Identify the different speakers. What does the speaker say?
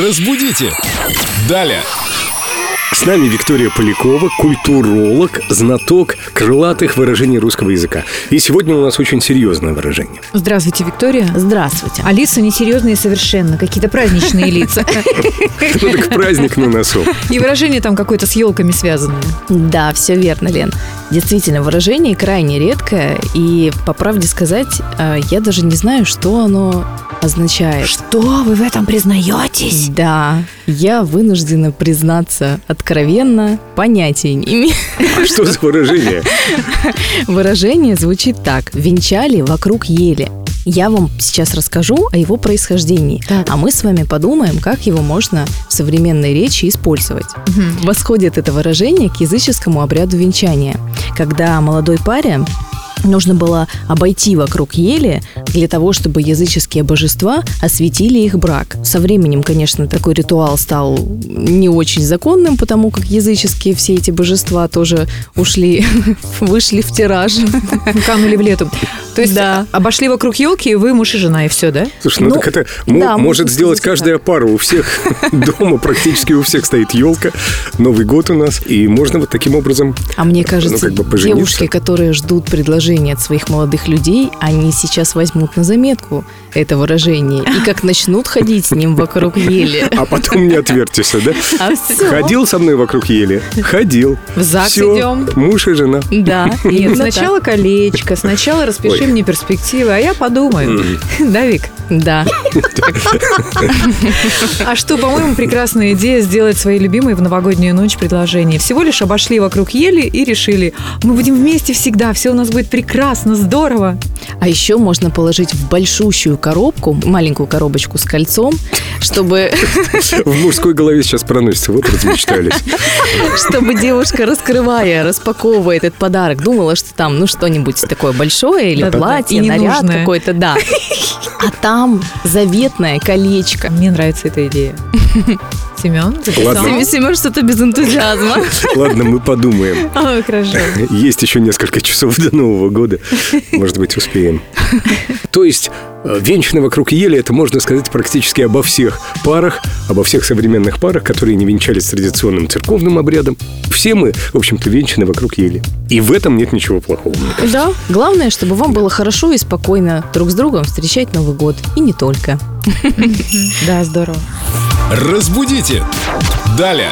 Speaker 1: Разбудите! Далее!
Speaker 2: С нами Виктория Полякова, культуролог, знаток крылатых выражений русского языка. И сегодня у нас очень серьезное выражение.
Speaker 3: Здравствуйте, Виктория.
Speaker 4: Здравствуйте.
Speaker 3: А лица несерьезные совершенно, какие-то праздничные лица.
Speaker 2: Ну так праздник на носу.
Speaker 3: И выражение там какое-то с елками связанное.
Speaker 4: Да, все верно, Лен. Действительно, выражение крайне редкое, и, по правде сказать, э, я даже не знаю, что оно означает.
Speaker 3: Что вы в этом признаетесь?
Speaker 4: Да, я вынуждена признаться откровенно, понятия не имею.
Speaker 2: А что за выражение?
Speaker 4: Выражение звучит так. Венчали вокруг ели. Я вам сейчас расскажу о его происхождении,
Speaker 3: Так.
Speaker 4: а мы с вами подумаем, как его можно в современной речи использовать. Восходит это выражение к языческому обряду венчания, когда молодой паре нужно было обойти вокруг ели для того, чтобы языческие божества осветили их брак. Со временем, конечно, такой ритуал стал не очень законным, потому как языческие все эти божества тоже ушли, вышли в тираж.
Speaker 3: Канули в лету. То есть
Speaker 4: Да.
Speaker 3: обошли вокруг елки, и вы муж и жена, и все, да?
Speaker 2: Слушай, ну,
Speaker 4: Ну,
Speaker 2: так это мо-
Speaker 4: да,
Speaker 2: может
Speaker 4: можно
Speaker 2: сделать
Speaker 4: сказать
Speaker 2: каждая пара. У всех дома практически у всех стоит елка. Новый год у нас. И можно вот таким образом...
Speaker 4: А мне кажется,
Speaker 2: Ну, как бы пожениться.
Speaker 4: девушки, которые ждут предложения от своих молодых людей, они сейчас возьмут на заметку это выражение и как начнут ходить с ним вокруг ели.
Speaker 2: А потом не отвертишься, да?
Speaker 4: А всё.
Speaker 2: Ходил со мной вокруг ели? Ходил.
Speaker 3: В ЗАГС
Speaker 2: Всё,
Speaker 3: идем.
Speaker 2: Муж и жена.
Speaker 4: Да,
Speaker 3: Нет,
Speaker 4: именно
Speaker 3: сначала колечко, сначала распиши
Speaker 2: Ой.
Speaker 3: мне перспективы, а я подумаю. Да, Вик?
Speaker 4: так. Да.
Speaker 3: А что, по-моему, прекрасная идея сделать своей любимой в новогоднюю ночь предложение. Всего лишь обошли вокруг ели и решили, мы будем вместе всегда, все у нас будет прекрасно, здорово.
Speaker 4: А еще можно положить в большущую коробку, маленькую коробочку с кольцом, чтобы,
Speaker 2: В мужской голове сейчас проносится. Вот размечтались.
Speaker 4: чтобы девушка, раскрывая, распаковывая этот подарок, думала, что там, ну, что-нибудь такое большое или
Speaker 3: Да-да-да,
Speaker 4: платье,
Speaker 3: и
Speaker 4: наряд
Speaker 3: ненужное.
Speaker 4: какой-то, да. А там заветное колечко.
Speaker 3: Мне нравится эта идея. Семен, записал?
Speaker 2: Ладно.
Speaker 4: Семен, Семен, что-то без энтузиазма.
Speaker 2: Ладно, мы подумаем.
Speaker 3: Ой, хорошо.
Speaker 2: Есть еще несколько часов до Нового года. Может быть, успеем. То есть, э, венчаны вокруг ели, это можно сказать практически обо всех парах, обо всех современных парах, которые не венчались традиционным церковным обрядом. Все мы, в общем-то, венчаны вокруг ели. И в этом нет ничего плохого. мне кажется.
Speaker 4: Да. Главное, чтобы вам было хорошо и спокойно друг с другом встречать Новый год. И не только.
Speaker 3: Да, здорово.
Speaker 1: Разбудите! Далее!